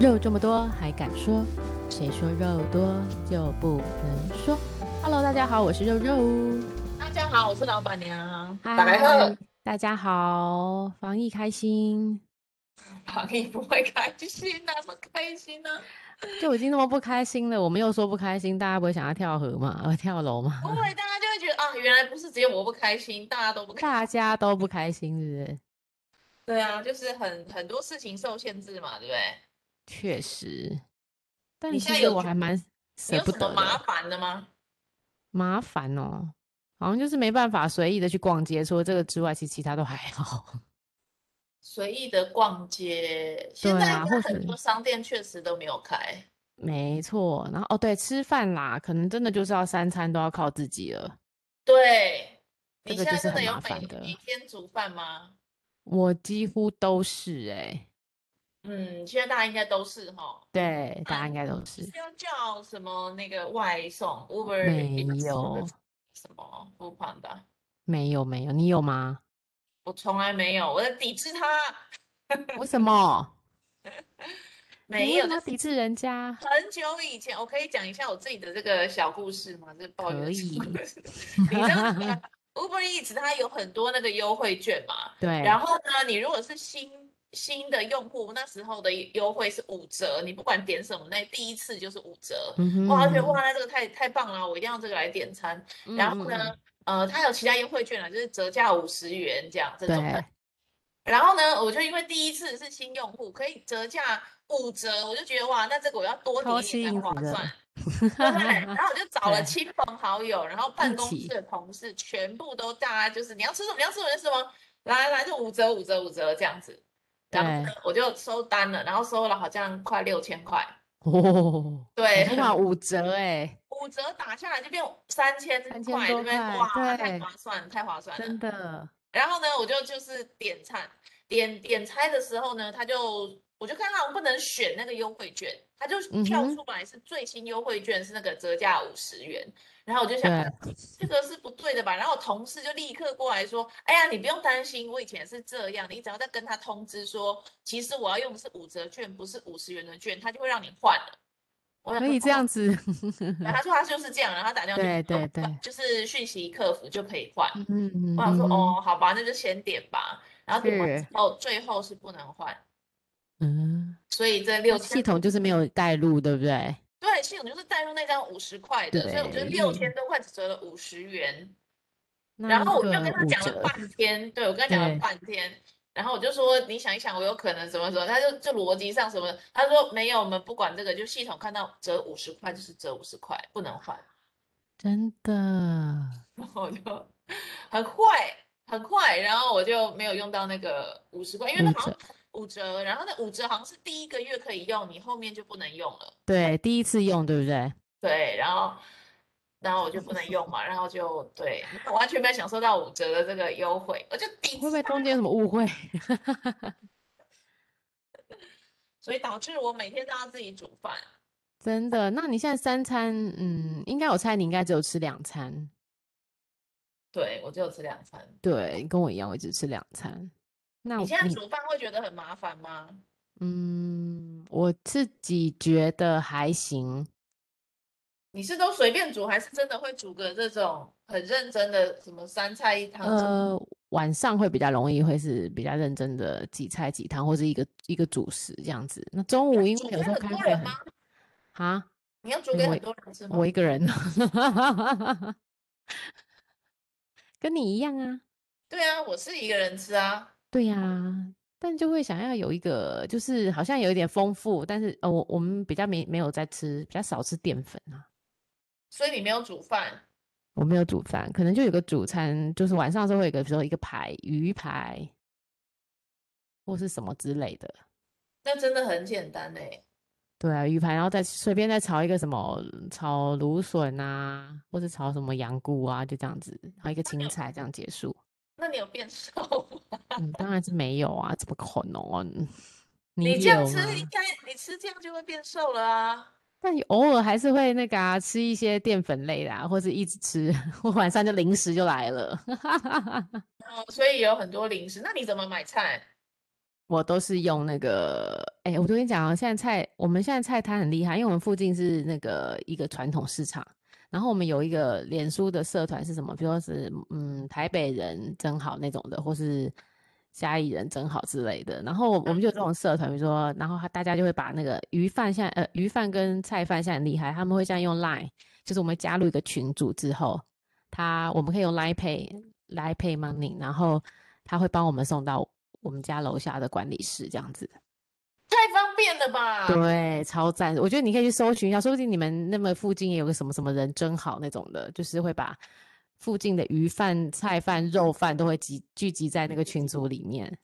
肉这么多还敢说？谁说肉多就不能说？Hello，大家好，我是肉肉。大家好，我是老板娘。打来嗨喝，，大家好，防疫开心。防疫不会开心哪么开心 呢、就已经那么不开心了，我们又说不开心，大家不会想要跳河嘛，呃， 跳楼嘛？不会，大家就会觉得啊，原来不是只有我不开心，大家都不开心。大家都不开心，是不是？对啊，就是很很多事情受限制嘛，对不对？确实，但你其现在实有我觉还蛮你舍有不啊什么得麻的，烦的吗？麻烦哦，好像就是没办法随意的去逛街，除了这个之外，其实其他都还好。随意的逛街，现对在啊应该或很是多商店确实都没有开。没错，然后哦对，吃饭啦，可能真的就是要三餐都要靠自己了。对，这你个现就在是真的很有麻烦每的每天煮饭吗？我几乎都是哎、嗯，现在大家应该都是哈，对，大家啊应该都 你是是要叫什么那个外送 Uber 没 Eats 有什么 f o o p a n d a 没有没有，你有吗？我从来没有，我在抵制它， 为什么？没你为有什么要的。抵制人家？很久以前，我可以讲一下我自己的这个小故事吗？这抱怨可的小以故事你知道那 个 Uber Eats 它有很多那个优惠券嘛，对，然后呢，你如果是新新的用户，那时候的优惠是五折，你不管点什么，那第一次就是五折。嗯哼哇，而且哇，那这个太太棒了，我一定要这个来点餐。嗯然后嗯呢，呃，它有其他优惠券啊，就是折价五十元这样这嗯 种的对。，然后呢，我就因为第一次是新用户，可以折价五折，我就觉得哇，那这个我要多超点一点吸才引划人的算。对不对，然后我就找了对亲朋好友，然后办一公起室的同事，全部都大家就是你要吃什么，你要吃什么，你要吃什么，来来来，就五折五折五折这样子。然后呢，我就收单了，然后收了好像快六千块，哦，对，哇，五折 哎，五折打下来就变三千3000块，多对不对？块哇，对太划算，太划算了真。的，然后呢，我就就是点餐，点点餐的时候呢，他就我就看他好像不能选那个优惠券，他就嗯跳哼出来是最新优惠券是那个折价五十元，然后我就想对，这个是不对的吧？然后我同事就立刻过来说：“哎呀，你不用担心，我以前也是这样，你只要再跟他通知说，其实我要用的是五折券，不是五十元的券，他就会让你换了。”我想可说以这样哦子，然后他说他就是这样，然后他打电话对去客对服对，就是讯息客服就可以换。嗯嗯我想说，嗯哼，哦，好吧，那就先点吧。然后点完之是后，最后是不能换，嗯，所以这那六系千，统就是没有带路，对不对？对，系统就是带入那张五十块的，所以我觉对得六千多块只折了五十元。那然后我就这跟个他五讲了折，半天，对我跟他讲对了半天，然后我就说你想一想，我有可能什么什么，他就就逻辑上什么，他说没有，我们不管这个，就系统看到折五十块就是折五十块，不能换。真的，然后我就很快很快，然后我就没有用到那个五十块，因为那五好像折五折，然后那五折好像是第一个月可以用，你后面就不能用了。对，第一次用，对不对？对，然后然后我就不能用嘛，然后就对，我完全没有享受到五折的这个优惠，我就抵会不制会它中间有什么误会？ 所以导致我每天都要自己煮饭。真的，那你现在三餐，嗯，应该我猜你应该只有吃两餐，对，我只有吃两餐。对，跟我一样，我只吃两餐。那你现在你煮饭会觉得很麻烦吗？嗯，我自己觉得还行，你是都随便煮，还是真的会煮个这种很认真的什么三菜一汤什么？呃，晚上会比较容易，会是比较认真的几菜几汤，或是一个一个主食这样子。那中午因煮为有给时候很开多会人很吗？啊，你要煮对给我很一多人吃吗？我一个人， 跟你一样啊，对啊，我是一个人吃啊。对呀、但就会想要有一个，就是好像有一点丰富，但是呃，我我们比较没没有在吃，比较少吃淀粉啊。所以你没有煮饭，我没有煮饭，可能就有个主餐，就是晚上的时候会有个，比如说一个排鱼排，或是什么之类的。那真的很简单哎、对啊，鱼排，然后再随便再炒一个什么炒芦笋啊，或是炒什么羊菇啊，就这样子，然后一个青菜这样结束。那你有变瘦吗？ 嗯，当然是没有啊，怎么可能？ 你你这样有吃吗？应该，你吃这样就会变瘦了啊。但你偶尔还是会那个啊，吃一些淀粉类的啊，或是一直吃， 我晚上就零食就来了。哦，所以有很多零食。那你怎么买菜？我都是用那个，哎、我跟你讲啊，现在菜我们现在菜摊很厉害，因为我们附近是那个一个传统市场，然后我们有一个脸书的社团是什么？比如说是嗯台北人真好那种的，或是嘉义人真好之类的。然后我们就有这种社团，比如说，然后他大家就会把那个鱼贩现在呃鱼贩跟菜贩现在很厉害，他们会这样用 Line，就是我们加入一个群组之后，他我们可以用 Line Pay 来 Pay Money，然后他会帮我们送到我们家楼下的管理室这样子。太方便了吧？对，啊超赞！我觉得你可以去搜寻一下，说不定你们那么附近也有个什么什么人真好那种的，就是会把附近的鱼贩、菜贩、肉贩都会集聚集在那个群组里面。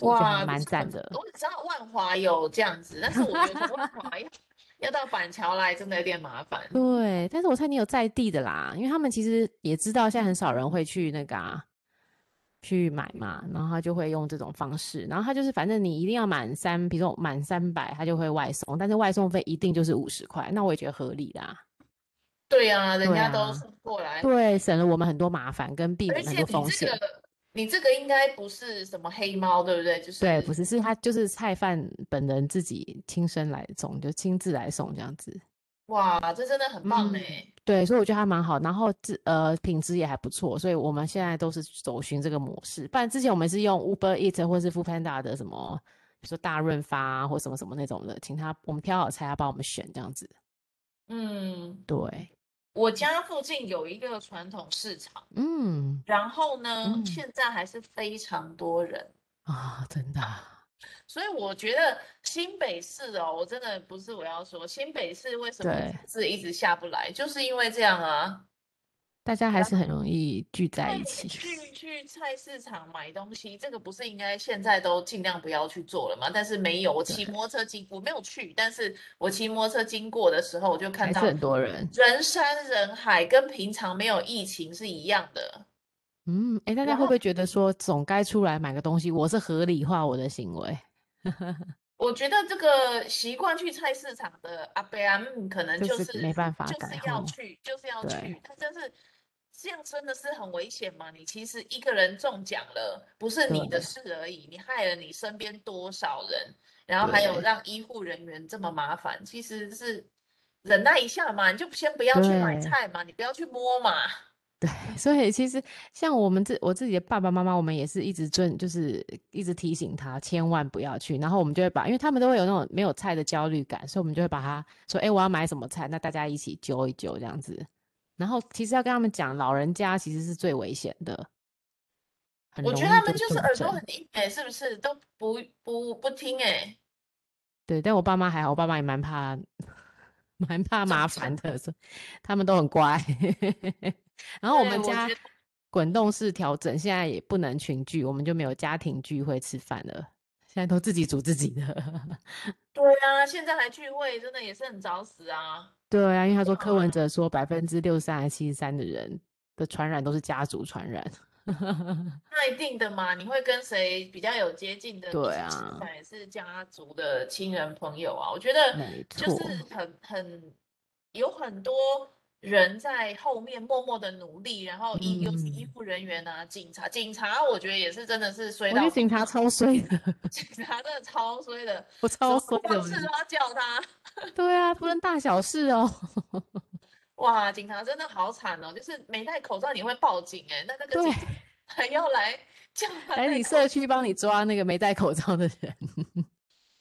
我觉得还哇，蛮这赞个的。我只知道万华有这样子，但是我觉得万华 要要到板桥来真的有点麻烦。对，但是我猜你有在地的啦，因为他们其实也知道现在很少人会去那个啊，去买嘛，然后他就会用这种方式，然后他就是反正你一定要满三，比如说满三百，他就会外送，但是外送费一定就是五十块，那我也觉得合理啦，对啊，人对家都啊送过来，对，省了我们很多麻烦跟避而免很且多你风这险。个你这个应该不是什么黑猫，对不对？就是对，不是，是他就是菜贩本人自己亲身来送，就亲自来送这样子。哇，这真的很棒嗯哎。对，所以我觉得还蛮好，然后质呃品质也还不错，所以我们现在都是走寻这个模式。不然之前我们是用 Uber Eat 或是 Foodpanda 的什么，比如说大润发啊或什么什么那种的，请他我们挑好菜，他帮我们选这样子。嗯，对，我家附近有一个传统市场，嗯然后呢，嗯现在还是非常多人。啊，真的啊，所以我觉得新北市哦，我真的不是我要说新北市为什么对是一直下不来，就是因为这样啊。大家还是很容易聚在那一你起。去去菜市场买东西，这个不是应该现在都尽量不要去做了吗？但是没有，我骑摩托车经我没有去，但是我骑摩托车经过的时候，我就看还是到很多人，人山人海，跟平常没有疫情是一样的。嗯，哎，大家然会不后会觉得说总该出来买个东西，我是合理化我的行为？我觉得这个习惯去菜市场的阿伯阿姆，可能就就是是没办法就改是要吼去，就是要对去。他真是这样真的是很危险嘛？你其实一个人中奖了，不是你的对事而已，你害了你身边多少人，然后还有对让医护人员这么麻烦，其实是忍耐一下嘛，你就先不要去买对菜嘛，你不要去摸嘛。对，所以其实像我们自我自己的爸爸妈妈，我们也是一直遵，就是一直提醒他千万不要去。然后我们就会把，因为他们都会有那种没有菜的焦虑感，所以我们就会把他说：“哎、我要买什么菜？”那大家一起揪一揪这样子。然后其实要跟他们讲，老人家其实是最危险的，很我觉容得易他就们就是重耳朵症。很硬哎、是不是都不不不听哎、对，但我爸妈还好，我爸妈也蛮怕， 蛮怕重麻症烦的，所以他们都很乖。 然后我对们我觉家得。滚动式调整，现在也不能群聚，我们就没有家庭聚会吃饭了，现在都自己煮自己的。 对啊，现在还聚会，真的也是很早死啊。对啊，因为他说柯文哇哲说百分之六三还七十三的人的传染都是家族传染。那一定的嘛，你会跟谁比较有接近的一对起吃啊，饭，也是家族的亲人朋友啊。我觉 得没就错，是很很有很多人在后面默默的努力，然后医尤其医嗯，护人员啊、警察，警察我觉得也是真的是衰我觉到得底警察超衰的，警察真的超衰的，我什超么衰的，坏我事觉 都得。要叫他。对啊，不论大小事 哦。哇，警察真的好惨哦！就是没戴口罩你会报警哎、那那个对，警察 还要来叫他来戴你口社区帮你抓那个没戴口罩的人。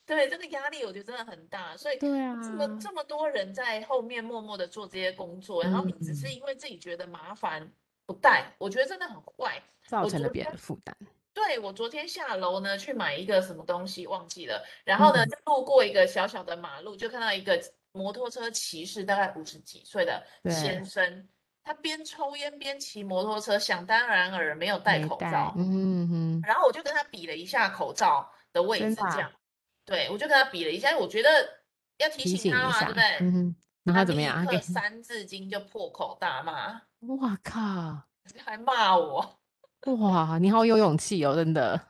对，这个压力我觉得真的很大，所 以对这么啊，这么多人在后面默默的做这些工作，然后你只是嗯，因为自己觉得麻烦不带，我觉得真的很坏。造我成了昨别人天的负担。对我昨天下楼呢去买一个什么东西忘记了，然后呢嗯就路过一个小小的马路，就看到一个摩托车骑士，大概五十几岁的先对，生，他边抽烟边骑摩托车，想当然尔没有戴没口戴，罩。嗯哼，然后我就跟他比了一下口罩的位真置，的这啊样，对，我就跟他比了一下，我觉得要提提醒醒他一嘛，下，对不对？嗯哼，然他后怎么立样？他给，刻三字经就破口大骂， 哇靠，还骂我。哇，你好有勇气哦，真的。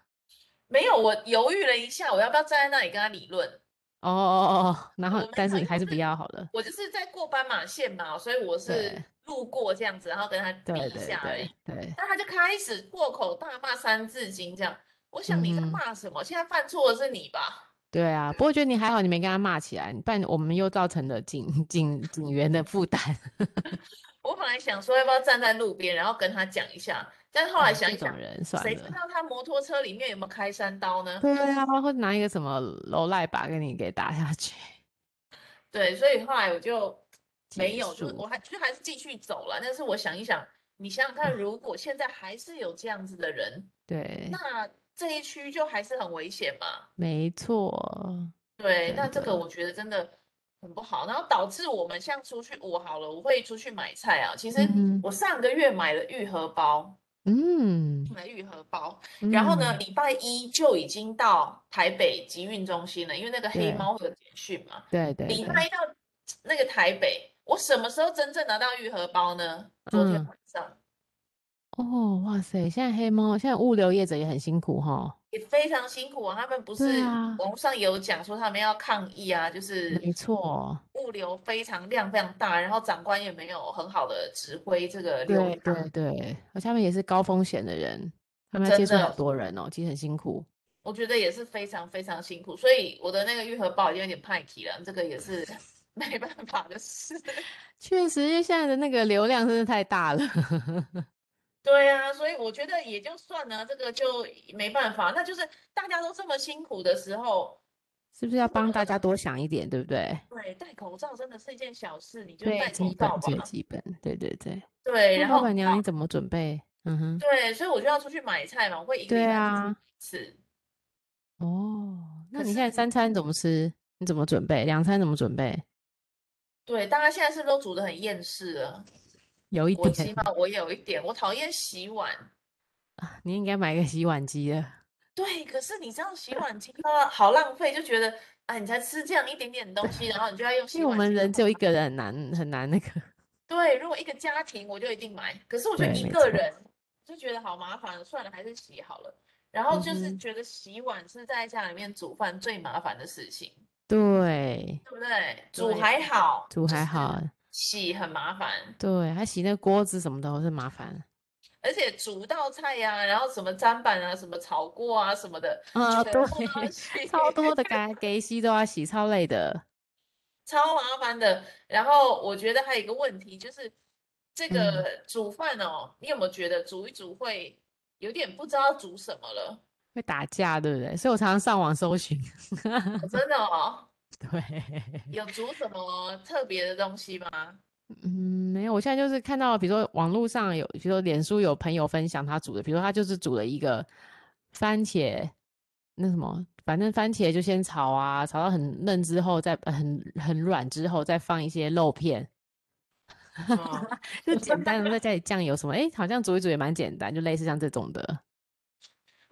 没有，我犹豫了一下，我要不要站在那里跟他理论？哦哦哦哦，然我后没但有，是因为还我是是不要好了。我就是在过斑马线嘛，所以我是对，路过这样子，然后跟他比对一对下而已。对对，但他就开始破口大骂《三字经》这样，我想你在嗯哼骂什么？现在犯错的是你吧？对啊，不过我觉得你还好，你没跟他骂起来，不然我们又造成了警警警员的负担。我本来想说要不要站在路边，然后跟他讲一下，但 是后来哎想一这种想，人算谁知了。道他摩托车里面有没有开山刀呢？对啊，或者拿一个什么楼赖把给你给打下去。对，所以后来我就没结有，就束我还就还是继续走了。但是我想一想，你想想嗯看，如果现在还是有这样子的人，对，那这一区就还是很危险嘛。没错。对，那真这个的我觉得真的很不好，然后导致我们像出去我好了，我会出去买菜啊。其实嗯哼我上个月买了愈合包，嗯，买愈合包，然后呢，嗯？礼拜一就已经到台北集运中心了，因为那个黑对猫会有简讯嘛。对对礼对，拜一到那个台北，我什么时候真正拿到愈合包呢？昨天嗯晚上哦，哇塞！现在黑猫，现在物流业者也很辛苦哈。也非常辛苦啊，他们不对是啊网络上有讲说他们要抗议啊，就是没错，物流非常量非常大，然后长官也没有很好的指挥这个流对程。对对，而且他们也是高风险的人，他们要接真触好的多人哦，其实很辛苦。我觉得也是非常非常辛苦，所以我的那个愈合包已经有点派题了，这个 也是没办法的事。 确实，因为现在的那个流量真的太大了。 对啊，所以我觉得也就算了，这个就没办法。那就是大家都这么辛苦的时候，是不是要真的帮大家多想一点，对不对？对，戴口罩真的是一件小事，你就对，戴口基罩本最吧。基本，对对对。对，那然老后啊板娘你怎么准备？嗯哼，对，所以我就要出去买菜嘛，我会一个礼对拜出去啊一次。哦，那可你现在是三餐怎么吃？你怎么准备？两餐怎么准备？对，大家现在是不是都煮得很厌世了？有一我点，起码我有一点，我讨厌洗碗。你应该买个洗碗机了。对，可是你知道洗碗机它好浪费，就觉得啊，你才吃这样一点点东西，然后你就要用因洗为我碗们机。人只有一个人，很难很难那个。 对，如果一个家庭，我就一定买。可是我觉得对一没个错人就觉得好麻烦，算了，还是洗好了。然后就嗯是哼觉得洗碗是在家里面煮饭最麻烦的事情，对，对不对？煮对还好，煮就还是好，啊洗很麻烦，对，还洗那锅子什么的，好是麻烦。而且煮道菜呀、然后什么砧板啊，什么炒锅啊什么的，啊，全部 都要对，洗，超多 的该给洗都要洗，超累的。超麻烦的。然后我觉得还有一个问题就是，这嗯个煮饭哦，你有没有觉得煮一煮会有点不知道煮什么了？会打架，对不对？所以我常常上网搜寻。 哦真的哦，对，有煮什么特别的东西吗？嗯，没有，我现在就是看到，比如说网络上有，比如说脸书有朋友分享他煮的，比如说他就是煮了一个番茄，那什么，反正番茄就先炒啊，炒到很嫩之后再，呃很很软之后，再放一些肉 片， 哦就简单的再加点酱油什么，哎，好像煮一煮也蛮简单，就类似像这种的。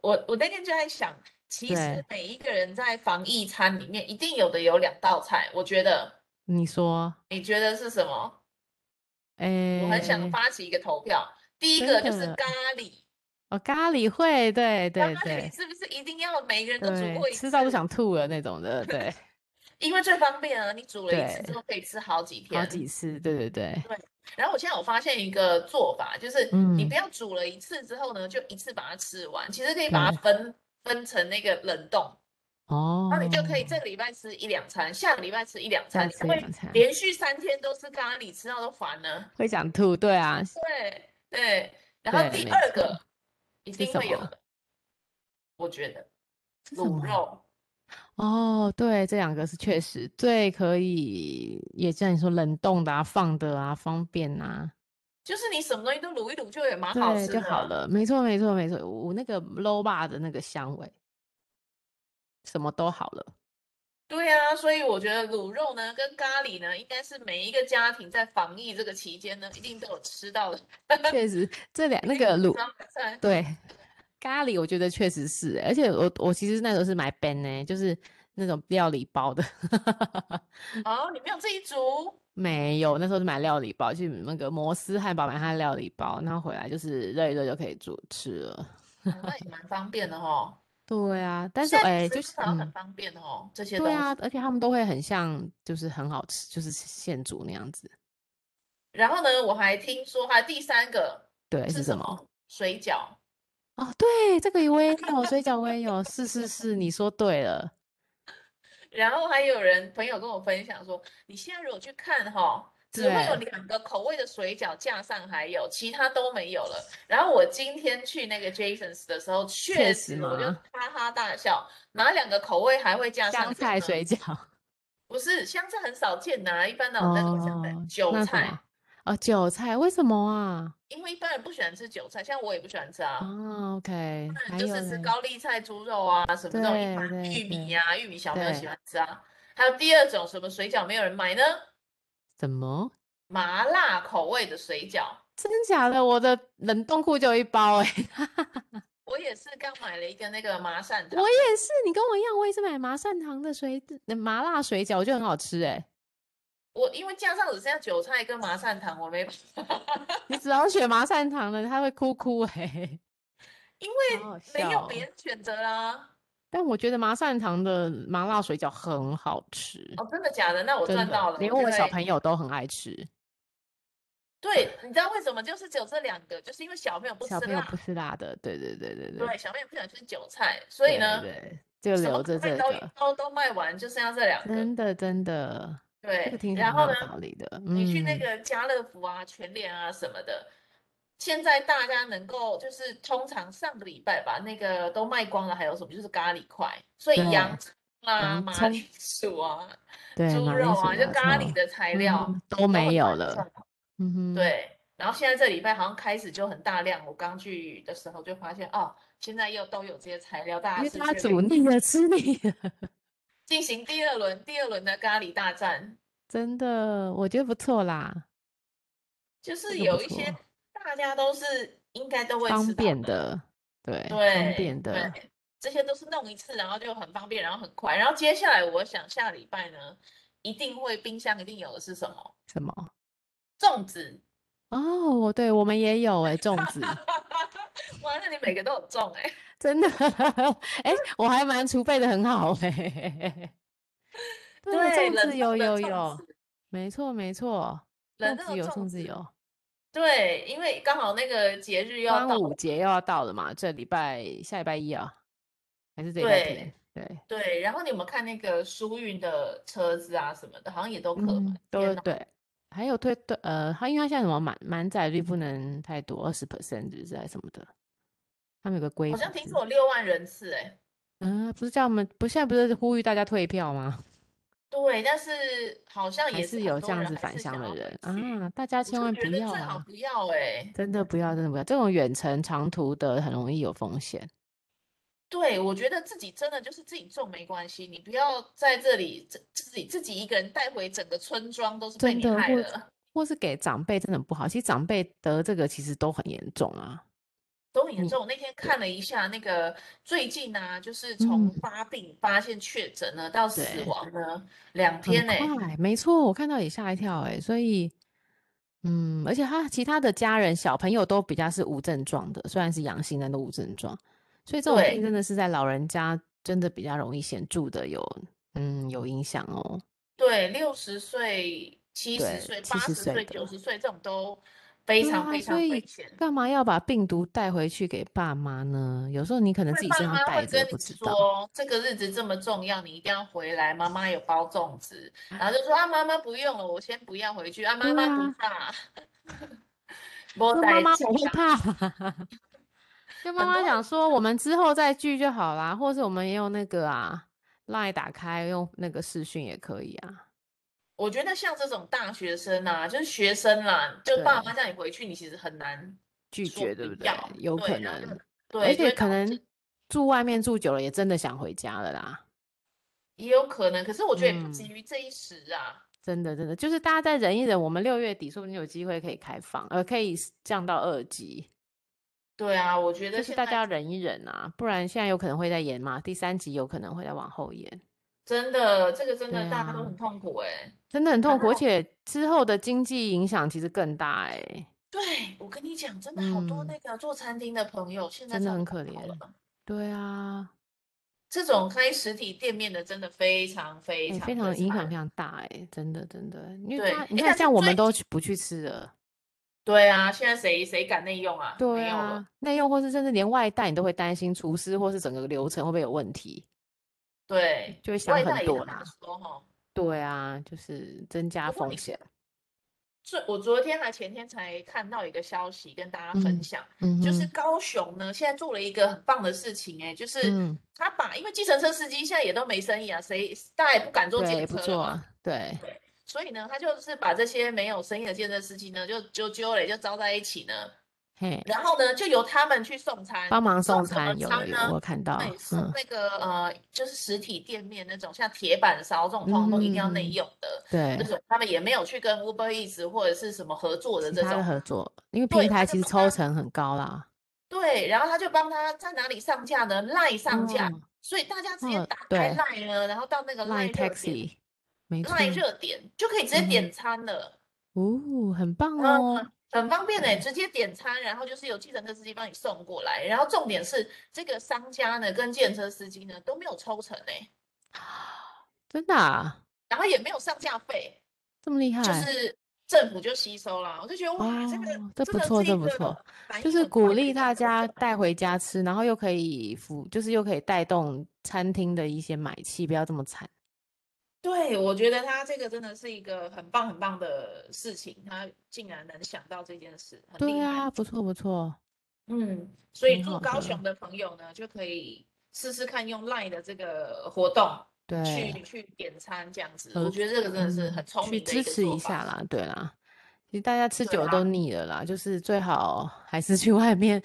我我那天就在想，其实对每一个人在防疫餐里面一定有的有两道菜，我觉得你说，你觉得是什么？哎，我很想发起一个投票，第一真个就是的咖喱，哦，咖喱会，对咖对喱对是不是一定要每个人都煮过对，一吃到都次？想吐了那种的， 对，因为最方便啊，你煮了一次对之后可以吃好几好天。啊几次，对对对。然后我现在有发现一个做法，就是你嗯不要煮了一次之后呢，就一次把它吃完，其实可以把它对分分成那个冷冻，哦，然后你就可以这个礼拜吃一两餐，下个礼拜吃一两餐，下你次不会两餐连续三天都吃咖喱，吃到都烦了。会想吐，对啊，对对，然后对第没二错个一定什会有么的，我觉得是什卤么？肉。哦，对，这两个是确实最可以，也像你说冷冻的啊、放的啊、方便啊，就是你什么东西都卤一卤，就也蛮好对吃就的好啊。了。没错，没错，没错，我那个 low 吧的那个香味，什么都好了。对啊，所以我觉得卤肉呢跟咖喱呢，应该是每一个家庭在防疫这个期间呢，一定都有吃到的。确实，这两那 一定个卤有吃到的菜对， 咖喱我觉得确实是欸，而且我我其实那时候是买 ben 呢，就是那种料理包的， 哦，你没有自己煮？哦没有，那时候是买料理包，去那个摩斯汉堡买它的料理包，然后回来就是热一热就可以煮吃了。哦那也蛮方便的哦。对啊， 但是现在哎、吃就至是少很嗯，方便哦，这些对东西。啊，而且他们都会很像，就是很好吃，就是现煮那样子。然后呢，我还听说还有第三个对，是哎是什什么？么？水饺。哦，对，这个我也有，水饺我也有，是是是，你说对了，然后还有人朋友跟我分享说，你现在如果去看哈、只会有对两个口味的水饺架上还有，其他都没有了。然后我今天去那个 Jason's 的时候，确确实实我就嘛哈哈大笑，哪两个口味还会加香上这个菜呢？水饺，不是香菜很少见呐、一般的我们在做香菜，哦，韭那什菜，么？哦，韭菜，为什么啊？因为一般人不喜欢吃韭菜，像我也不喜欢吃啊、啊， o k 那还就有是吃嘞，高丽菜、猪肉啊，什么这种一对般对玉对米呀、玉米小朋友喜对欢吃啊。还有第二种什么水饺没有人买呢？什么？麻辣口味的水饺，真假的？我的冷冻库就有一包 哎、我也是刚买了一个那个麻善我堂的，也是，你跟我一样，我也是买麻善堂的水呃麻辣水饺，我觉得很好吃哎、我因为架上只剩下韭菜跟麻善堂，我没办法，你只要选麻善堂的，他会哭哭哎、 因好好为没有笑别哦的选择啦。但我觉得麻善堂的麻辣水饺很好吃，哦，真的假的？那我真赚到的，了，连我就我小会。朋友都很爱吃。对，你知道为什么？就是只有这两个，就是因为小朋友不吃小朋友不辣，吃辣的，对对对对对对，小朋友不想吃韭菜，所以对呢，对，就什留么口着味这都个，都都卖完，就剩下这两个。真的真的，这个对，听起来然蛮后有呢，道理的。你去那嗯，个家乐福啊、全联啊什么的，现在大家能够就是通常上个礼拜吧，那个都卖光了，还有什么就是咖喱块，所以洋对，葱啊、洋马葱，铃薯啊、对，猪马铃肉薯、啊，就洋咖喱葱，的材料嗯，都都没很有难了。上。嗯哼，对，然后现在这礼拜好像开始就很大量，我刚去的时候就发现哦，现在又都有这些材料，因大家为是大家去煮腻 了，吃腻了。进行第二轮第二轮的咖喱大战。真的，我觉得不错啦，就这是个不有一些错，大家都是应该都会方吃到便的，的，对，方对便的，对，这些都是弄一次，然后就很方便，然后很快。然后接下来我想下礼拜呢，一定会冰箱一定有的是什么？什么？粽子。 哦，我对我们也有哎、粽子，哇，那你每个都有粽哎、真的，哎、我还蛮储备的很好哎、对，对，粽子冷冻有的有粽有，子，没错没错，粽冷冻子的有粽粽子子。有，对，因为刚好那个节日又要端到午了，节又要到了嘛，这礼拜下礼拜一啊，还是这礼拜天？对对，对。然后你有没有看那个疏运的车子啊什么的，好像也都可买。嗯，天都哪！对。还有推对呃，它因为它现在什么满满载率不嗯能太多，二十 percent 就是还是什么的，他们有个规好则像听是，说有六万人次哎、嗯，不是叫我们不现在不是呼吁大家退票吗？对，但是好像还也是是很有这多样人子还返是乡想的要回人去，啊，大家我就千万觉不得要啊最好啦，不要哎、欸。真的不要，真的不要，这种远程长途的很容易有风险。对，我觉得自己真的就是自己种没关系，你不要在这里自自己自己一个人带回整个村庄都是被真你的，害或了，或是给长辈真的不好。其实长辈得这个其实都很严重啊。都很严你重。我那天对，看了一下那个最近啊，就是从嗯，发病发现确诊呢到死对，亡呢两很天呢、快，没错，我看到也吓一跳哎、所以，嗯，而且他其他的家人、小朋友都比较是无症状的，虽然是阳性，但都无症状。所以这种病对。真的是在老人家真的比较容易显著的有，嗯，有影响哦。对，六十岁、七十对，岁、七八十十岁岁、九的，十岁这种都非对常啊，非所常危以险。干嘛要把病毒带回去给爸妈呢？有时候你可能因自为己身爸上妈带会着跟不你知道。说这个日子这么重要，你一定要回来。妈妈有包粽子，然后就说啊，妈妈不用了，我先不要回去啊，妈对妈不啊，怕， 没就妈代妈志我会啊。怕， 就妈很妈多讲人说我们之后再聚就好啦，或是我们也用那个啊，Line 打开用那个视讯也可以啊。我觉得像这种大学生啊，就是学生啦，就爸妈对，叫你回去，你其实很难拒说绝不对不对？要。有可对，然后就能，而对，就且会可导致能住外面住久了也真的想回家了啦。也有可能，可是我觉得也不急嗯，于这一时啊。真的真的，就是大家再忍一忍，我们六月底说不定有机会可以开放，呃，可以降到二级。对啊，我觉就得是现大在家忍一忍啊，不然现在有可能会再延嘛，第三集有可能会再往后延。真的这个真的对大家都很啊，痛苦哎、真的很然痛苦， 而后且之后的经济影响其实更大哎、对我跟你讲，真的好多嗯，那个做餐厅的朋友现在真的真的很不可好怜。了，对啊，这种开实体店面的真的非常非哎、非常的常影响非惨。常大哎、真的真的，因为对，大家你哎，看但是像我最们都去不去吃了，对啊，现在谁谁敢内用啊？对没有了啊，内用或是甚至连外带，你都会担心厨师或是整个流程会不会有问题，对，就会想外带很也多很难啦。说哈。对啊，就是增加不过风你险。所以我昨天还前天才看到一个消息，跟大家分嗯享，嗯就是哼高雄呢现在做了一个很棒的事情、哎，就是嗯，他把，因为计程车司机现在也都没生意啊，谁大家也不敢坐计对，程不车错了嘛，啊，对，所以呢，他就是把这些没有生意的计程车司机呢，就就揪了，就招在一起呢，嘿，然后呢，就由他们去送餐，帮忙送什么餐有餐有有，呢我有看到，对，送嗯那个呃，就是实体店面那种，像铁板烧这种，通常都一定要内嗯用的。对这，种他们也没有去跟 Uber Eats 或者是什么合作的其这他的种。合作，因为对平他台就其实帮抽他成很高啦，对，然后他就帮他在哪里上架呢？赖上架，嗯所以大家直接嗯，打开对赖呢，然后到那个，Line 赖热点， Taxi，没错赖，热点就可以直接嗯点餐了。哦，很棒嗯，哦，很很方便呢，对直接点餐，然后就是由计程车司机帮你送过来。然后重点是，这个商家呢跟计程车司机呢都没有抽成呢，真的啊，然后也没有上架费，这么厉就害。是政府就吸收了。我就觉得哇，这个哎哦，这这不个错，是这一不错，个反就应是很快鼓的一励个大政家策。带回家吃，然后又可以服，就是又可以带动餐厅的一些买气，不要这么惨。对，我觉得他这个真的是一个很棒很棒的事情，他竟然能想到这件事，很对厉害。啊，不错不错，嗯，所以挺住好高雄的。的朋友呢，就可以试试看用 LINE 的这个活动去对，去点餐这样子。我呃，觉得这个真的是很嗯，聪去明的支一个持做一法。下啦，对啦。其实大家吃对久了都啊，腻了啦，就是最好 还是去外面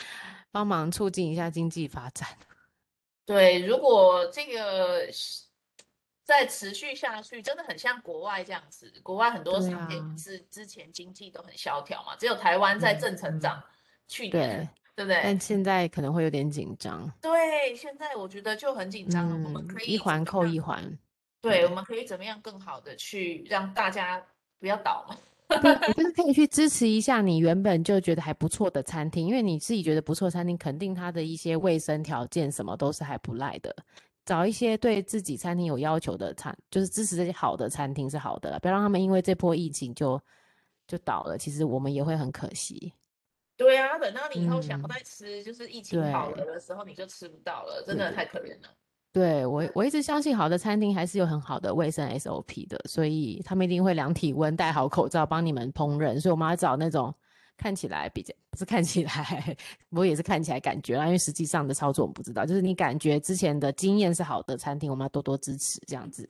帮忙促进一下经济发展。对，如果这个是再持续下去，真的很像国外这样子。国外很多对产业啊，是之前经济都很萧条嘛，只有台湾在嗯正成嗯，长，去年，对。对不但对？现在可能会有点紧张，对，现在我觉得就很紧张了。我们嗯，可一以怎环么扣样？一环，对，我对。们可以怎么样更好的去让大家不要倒嘛？ 对，就是可以去支持一下你原本就觉得还不错的餐厅，因为你自己觉得不错的餐厅，肯定它的一些卫生条件什么都是还不赖的。找一些对自己餐厅有要求的餐，就是支持这些好的餐厅是好的啦，不要让他们因为这波疫情就就倒了。其实我们也会很可惜。对啊，等到你以后想要嗯，再吃，就是疫情好了对的时候，你就吃不到了，真对的对太可怜了。对，我我一直相信好的餐厅还是有很好的卫生 SOP 的，所以他们一定会量体温、戴好口罩，帮你们烹饪。所以我们要找那种看起来比较，不是看起来，不过也是看起来感觉啦，因为实际上的操作我们不知道，就是你感觉之前的经验是好的餐厅，我们要多多支持这样子。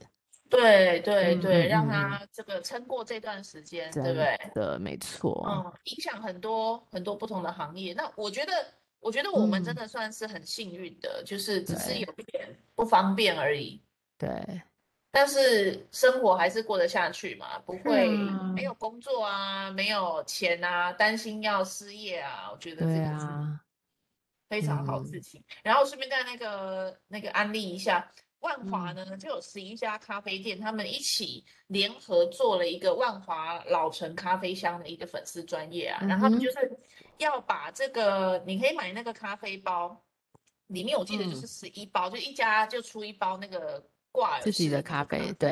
对对嗯嗯对，让嗯嗯，他这个撑过这段时间，嗯对不真对？的没错。嗯，影响很多很多不同的行业。那我觉得，我觉得我们真嗯，的算是很幸运的，就是只是对有一点不方便而已。对，但是生活还是过得下去嘛，不是会没啊，有工作啊，没有钱啊，担心要失业啊，我觉得这对个是啊，非常好的事嗯，情。然后顺便在那个那个安利一下，万华嗯，呢就有十一家咖啡店，他们一起联合做了一个万华老城咖啡香的一个粉丝专业啊，嗯然后他们就哼，是要把这个你可以买那个咖啡包，里面我记得就是嗯，十一包，就一家就出一包那个挂嗯耳自己式的的那咖个咖啡，啡。对，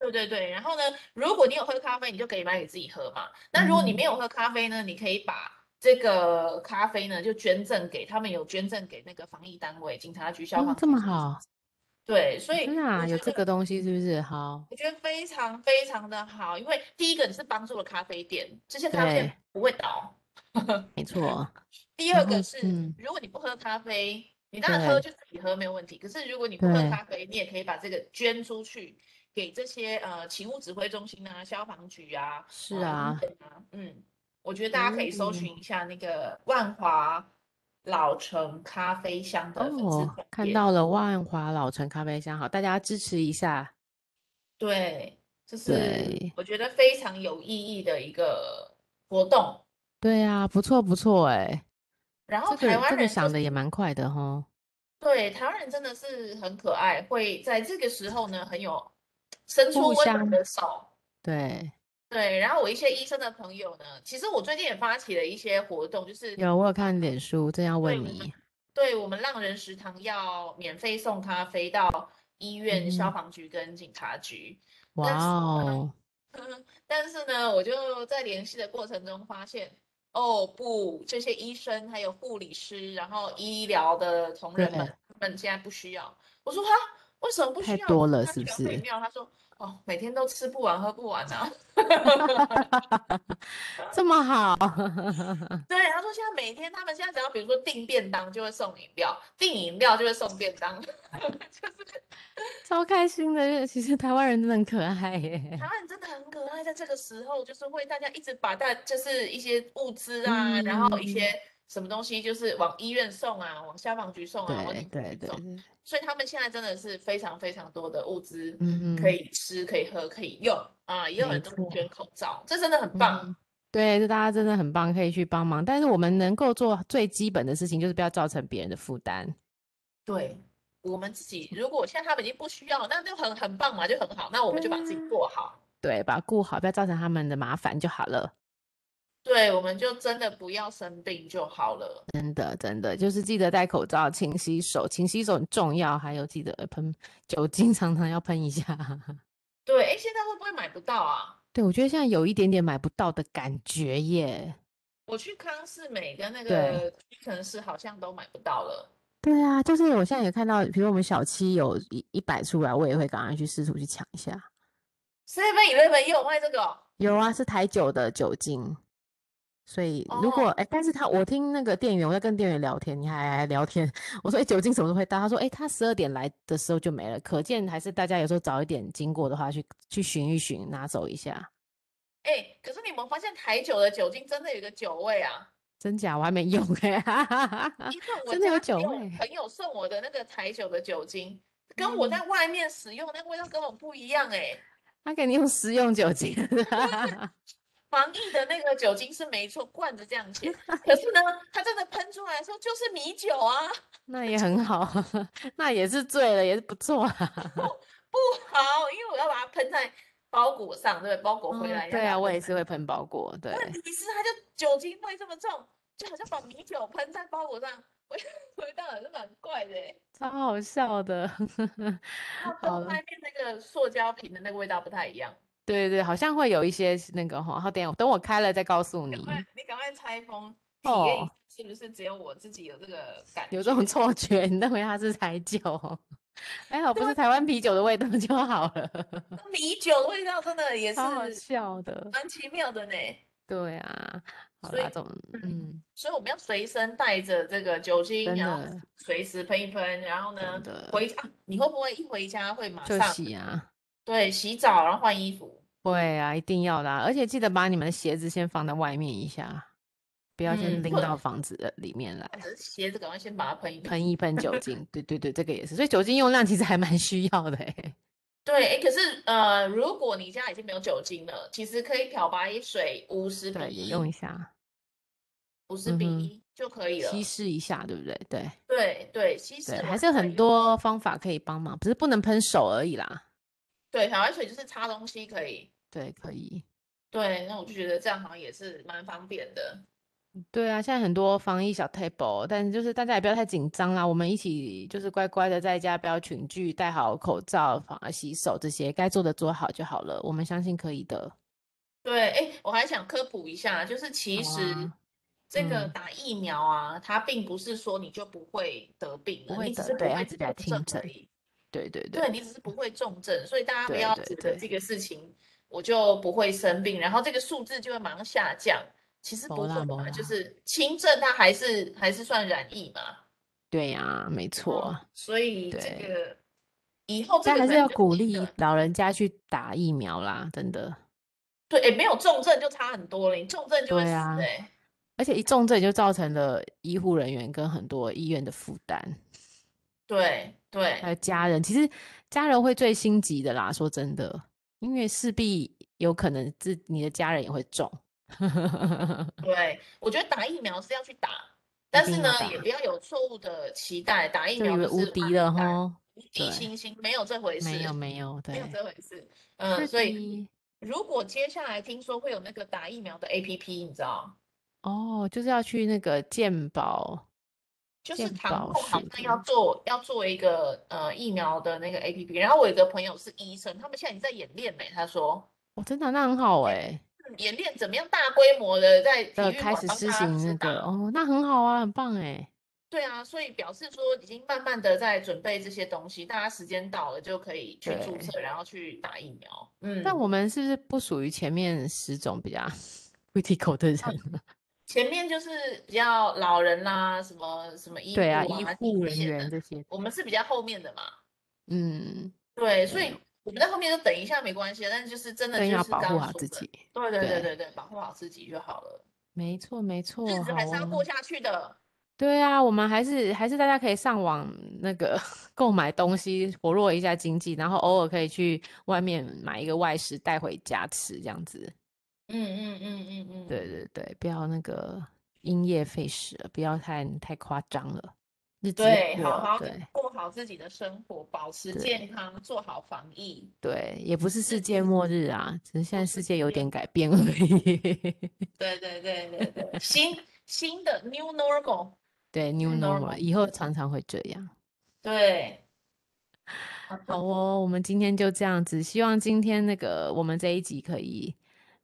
哦对对对，然后呢，如果你有喝咖啡，你就可以买给自己喝嘛。那如果你嗯没有喝咖啡呢，你可以把这个咖啡呢就捐赠给他们，有捐赠给那个防疫单位、警察局、消哼，哦，防这局么什么什么。好。对，所以真的我啊，有觉这得个东西是不是？好，我觉得非常非常的好，因为第一个你是帮助了咖啡店，这些咖啡店对，不会倒。没错。嗯第然二后，个是，嗯，如果你不喝咖啡，你当然喝对就自己喝没有问题。可是如果你不喝对，咖啡，你也可以把这个捐出去，给这些呃勤务指挥中心啊、消防局啊、是呃医啊，院啊，嗯，我觉得大家可以搜哦寻一下那个万华老城咖啡香的粉丝哦，专看业。到了万华老城咖啡香，好，大家支持一下。对，就是对，我觉得非常有意义的一个活动。对啊，不错不错，哎，然后这台个湾这个人就想是。的也蛮快的吼。对，台湾人真的是很可爱，会在这个时候呢，很有伸互出温暖相，的手。对，对，然后我一些医生的朋友呢，其实我最近也发起了一些活动，就是有我有看脸书，正要对问我们，你，对我们浪人食堂要免费送咖啡到医院、消嗯，防局跟警察局，嗯哇但是哦，但是呢，我就在联系的过程中发现。哦不，这些医生还有护理师，然后医疗的同仁们对，他们现在不需要。我说哈，为什么不需太要？多我说了他是不全废是掉他说哦，每天都吃不完喝不完 啊。这么好，对，他说现在每天他们现在只要比如说订便当就会送饮料，订饮料就会送便当，就是超开心的。其实台湾人真的很可爱耶 台。湾人真的很可爱，在这个时候就是会大家一直把大就是一些物资啊，嗯然后一些什么东西就是往医院送啊，往消防局送啊，往对警察对局对送，对，所以他们现在真的是非常非常多的物资嗯可哼以吃、可以喝、可以用啊，也有没很多人错捐口罩，这真的很棒。嗯对，这大家真的很棒，可以去帮忙。但是我们能够做最基本的事情，就是不要造成别人的负担。对，我们自己如果现在他们已经不需要，那就很很棒嘛，就很好，那我们就把自己对啊做好。对，把它顾好，不要造成他们的麻烦就好了。对，我们就真的不要生病就好了。真的，真的，就是记得戴口罩、勤洗手，勤洗手很重要。还有记得呃喷酒精，常常要喷一下。 对，哎，现在会不会买不到啊？对，我觉得现在有一点点买不到的感觉耶。我去康士美跟那对个屈臣氏好像都买不到了。对啊，就是我现在也看到，比如我们小七有一一百出来，我也会赶快去试图去抢一下。 Seven Eleven 也有卖这个哦、有啊，是台酒的酒精，所以如哦果哎、但是他我听那个店员，我在跟店员聊天，你还还聊天，我说哎、酒精什么时候会到？他说哎、他十二点来的时候就没了，可见还是大家有时候早一点经过的话，去去寻一寻，拿走一下。哎，可是你们发现台酒的酒精真的有一个酒味啊？真假我还没用哎、欸， 因为我真的有家酒朋友味嗯朋友送我的那个台酒的酒精，跟我在外面使用的那个味道根本不一样哎、他给你用食用酒 精， 防疫的那个酒精是没错，灌着 这样写，可是呢，它真的喷出来的时候就是米酒啊，那也很好， 那也是醉了，也是不 错啊。不好，因为我要把它喷在包裹上，对不对？包裹回嗯来、对啊，我也是会喷包裹， 对。问题是它就酒精味这么重，就好像把米酒喷在包裹上，味味道也是蛮怪的欸。超好笑的， 它好跟了外面那个塑胶瓶的那个味道不太一样。对对，好像会有一些是那个哈，好，等一下等我开了再告诉你赶，快，你赶快拆封，体验一嗯哦下是不是只有我自己有这个感觉？有这种错觉，你认为它是台酒，还好不啊是台湾啤酒的味道就好了，米酒的味道，真的 也是超好笑的。蛮奇妙的呢。对啊，好所啦，以总嗯嗯，所以我们要随身带着这个酒精，真然后的随时喷一喷，然后呢真，的回啊，你会不会一回家会马就上洗啊，对洗澡，然后换衣服？会啊，一定要啦，而且记得把你们的鞋子先放在外面一下，不要嗯先拎或到房子的里面来，只是鞋子赶快先把它喷一喷。喷一喷酒 精，对对对，这个也是，所以酒精用量其实还蛮需要的欸，对，哎，可是呃，如果你家已经没有酒精了，其实可以漂白水五十比对，也一，用一下，五十比嗯哼一就可以了。稀释一下，对不对？对。对对，稀释对，我还看是有到很有。多方法可以帮忙，只是不能喷手而已啦。对，漂白水就是擦东西可以。对，可以。对，那我就觉得这样好像也是蛮方便的。对啊，现在很多防疫小 table，但就是大家也不要太紧张啦，我们一起就是乖乖的在家，不要群聚，戴好口罩、防洗手这些，该做的做好就好了。我们相信可以的。对，哎，我还想科普一下，就是其好实啊这个嗯打疫苗啊，它并不是说你就不会得病不了，会你只得是不对它会只比较重症轻症而已。对对对对，你只是不会重症，所以大家不对要对觉得对这个事情我就不会生病，然后这个数字就会马上下降。其实没不啦会没嘛，就啦是轻症它还是还是算染疫嘛。对呀、没错嗯，，所以这对个以后这但个还可是能要就鼓变励得老人家去打疫苗啦，真的。对，哎，没有重症就差很多了，你重症就会对死啊哎。而且一重症就造成了医护人员跟很多医院的负担。对对还有呃家人，其实家人会最心急的啦。说真的，因为势必有可能自你的家人也会中。对，我觉得打疫苗是要去打，但是定呢要，也打不要有错误的期待，打疫就苗以为就无是敌哇了完蛋吼，无敌对星星没有这回事，没有没有，没有对，这回事。嗯，是所以的如果接下来听说会有那个打疫苗的 APP，你知道，哦，就是要去那个健保，就是健糖保控好署像的要做要做一个呃疫苗的那个 APP，然后我有一个朋友是医生，他们现在已经在演练呢，他说。哦，真的那很好哎哎、是演练怎么样大规模的在体呃，育开馆始帮施大家行那指导个哦，那很好啊，很棒哎。对啊，所以表示说已经慢慢的在准备这些东西，大家时间到了就可以去注对册，然后去打疫苗。嗯，但我们是不是不属于前面十种比较 critical 的人？前面就是比较老人啦，什么什么医对啊，护医啊护第一人线的员这些，我们是比较后面的嘛。嗯，对，所以我们在后面就等一下没关系，但是就是真的更就要是保刚护刚好说自的。己。对对对对对对，保护好自己就好了，没错，没错，日子好还是要过哦。下去的。对啊，我们还是还是大家可以上网那个 购买东西，活络一下经济，然后偶尔可以去外面买一个外食带回家吃，这样子。嗯嗯嗯嗯嗯，对对对，不要那个因噎废食了，不要太太夸张了，日子要对，过好了，好地对过好自己的生活，保持对健康，做好防疫。对，也不是世日界子末日啊，只是现在不是世界世有界点改变而已。 对对对对对，新新的 new normal，对，new normal， normal 以后常常会这样。对，好 好的， 哦，我们今天就这样子，希望今天那个我们这一集可以，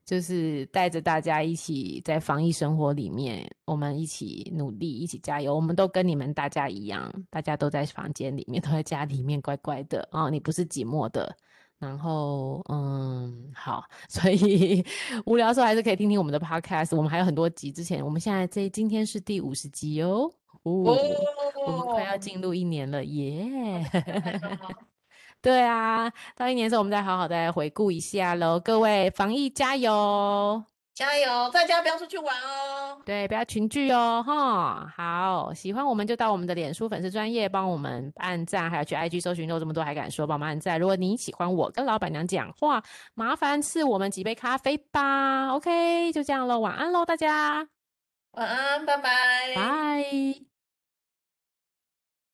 就是带着大家一起在防疫生活里面，我们一起努力，一起加油。我们都跟你们大家一样，大家都在房间里面，都在家里面乖乖的哦，你不是寂寞的。然后，嗯，好， 所以无聊的时候还是可以听听我们的 podcast，我们还有很多集。之前我们现在这今天是第五十集哦，哦，我们快要哦，进入一年了，耶、太棒了对啊，到一年的时候，我们再好好再回顾一下喽。各位，防疫加油！加油，大家不要出去玩哦，对，不要群聚哦，哈。好，喜欢我们就到我们的脸书粉丝专业帮我们按赞，还有去 IG 搜寻肉这么多还敢说，帮我们按赞。如果你喜欢我跟老板娘讲话，麻烦赐我们几杯咖啡吧。OK，就这样喽，晚安喽，大家，晚安，拜拜。拜。